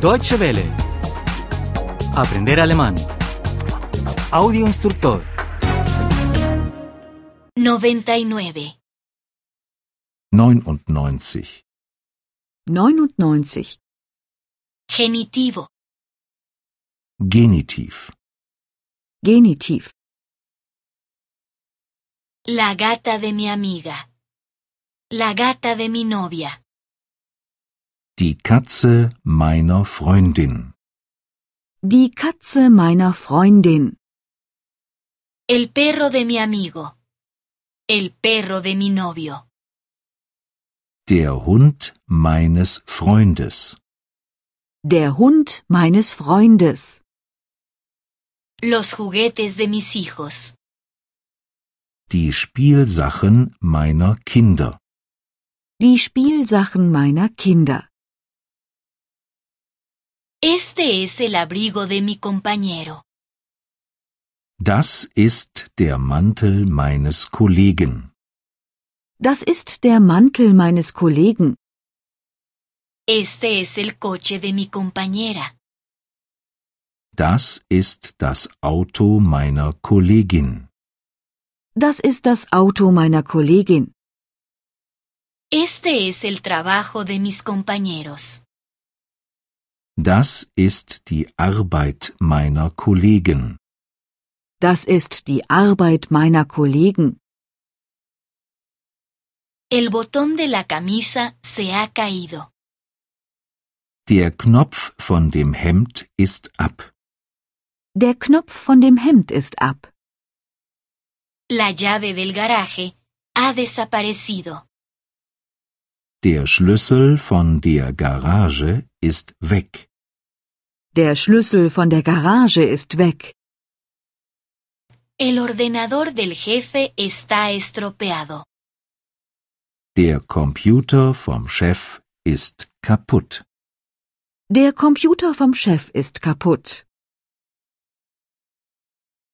Deutsche Welle. Aprender alemán. Audio instructor. 99. 99. 99. Genitivo. Genitiv. Genitiv. La gata de mi amiga. La gata de mi novia. Die Katze meiner Freundin. Die Katze meiner Freundin. El perro de mi amigo. El perro de mi novio. Der Hund meines Freundes. Der Hund meines Freundes. Los juguetes de mis hijos. Die Spielsachen meiner Kinder. Die Spielsachen meiner Kinder. Este es el abrigo de mi compañero. Das ist der Mantel meines Kollegen. Das ist der Mantel meines Kollegen. Este es el coche de mi compañera. Das ist das Auto meiner Kollegin. Das ist das Auto meiner Kollegin. Este es el trabajo de mis compañeros. Das ist die Arbeit meiner Kollegen. Das ist die Arbeit meiner Kollegen. El botón de la camisa se ha caído. Der Knopf von dem Hemd ist ab. Der Knopf von dem Hemd ist ab. La llave del garaje ha desaparecido. Der Schlüssel von der Garage ist weg. Der Schlüssel von der Garage ist weg. El ordenador del jefe está estropeado. Der Computer vom Chef ist kaputt. Der Computer vom Chef ist kaputt.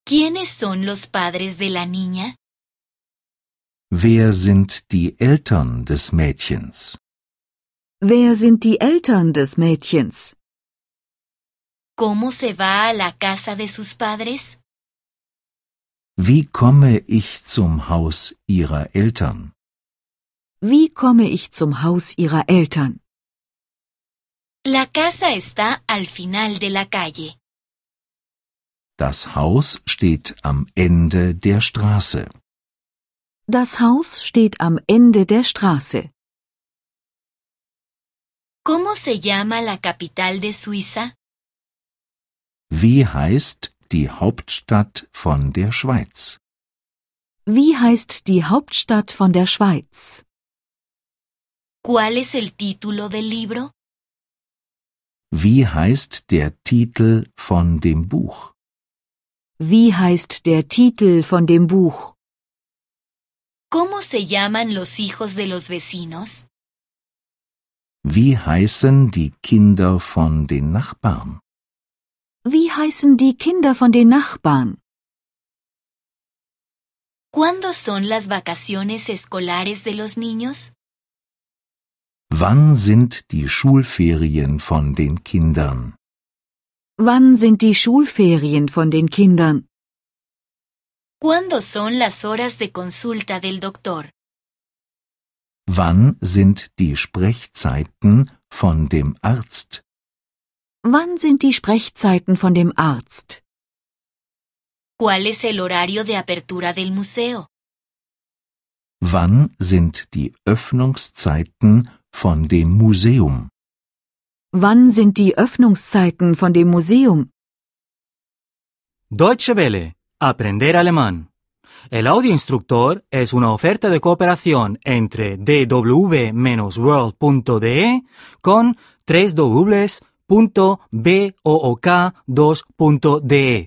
¿Quiénes son los padres de la niña? Wer sind die Eltern des Mädchens? Wer sind die Eltern des Mädchens? ¿Cómo se va a la casa de sus padres? Wie komme ich zum Haus ihrer Eltern? Wie komme ich zum Haus ihrer Eltern? La casa está al final de la calle. Das Haus steht am Ende der Straße. Das Haus steht am Ende der Straße. ¿Cómo se llama la capital de Suiza? Wie heißt die Hauptstadt von der Schweiz? Wie heißt die Hauptstadt von der Schweiz? ¿Cuál es el título del libro? Wie heißt der Titel von dem Buch? Wie heißt der Titel von dem Buch? ¿Cómo se llaman los hijos de los vecinos? Wie heißen die Kinder von den Nachbarn? Wie heißen die Kinder von den Nachbarn? ¿Cuándo son las vacaciones escolares de los niños? Wann sind die Schulferien von den Kindern? Wann sind die Schulferien von den Kindern? ¿Cuándo son las horas de consulta del doctor? Wann sind die Sprechzeiten von dem Arzt? Wann sind die Sprechzeiten von dem Arzt? ¿Cuál es el horario de apertura del museo? Wann sind die Öffnungszeiten von dem Museum? Wann sind die Öffnungszeiten von dem Museum? Deutsche Welle. Aprender alemán. El audio instructor es una oferta de cooperación entre dw-world.de con 3 2de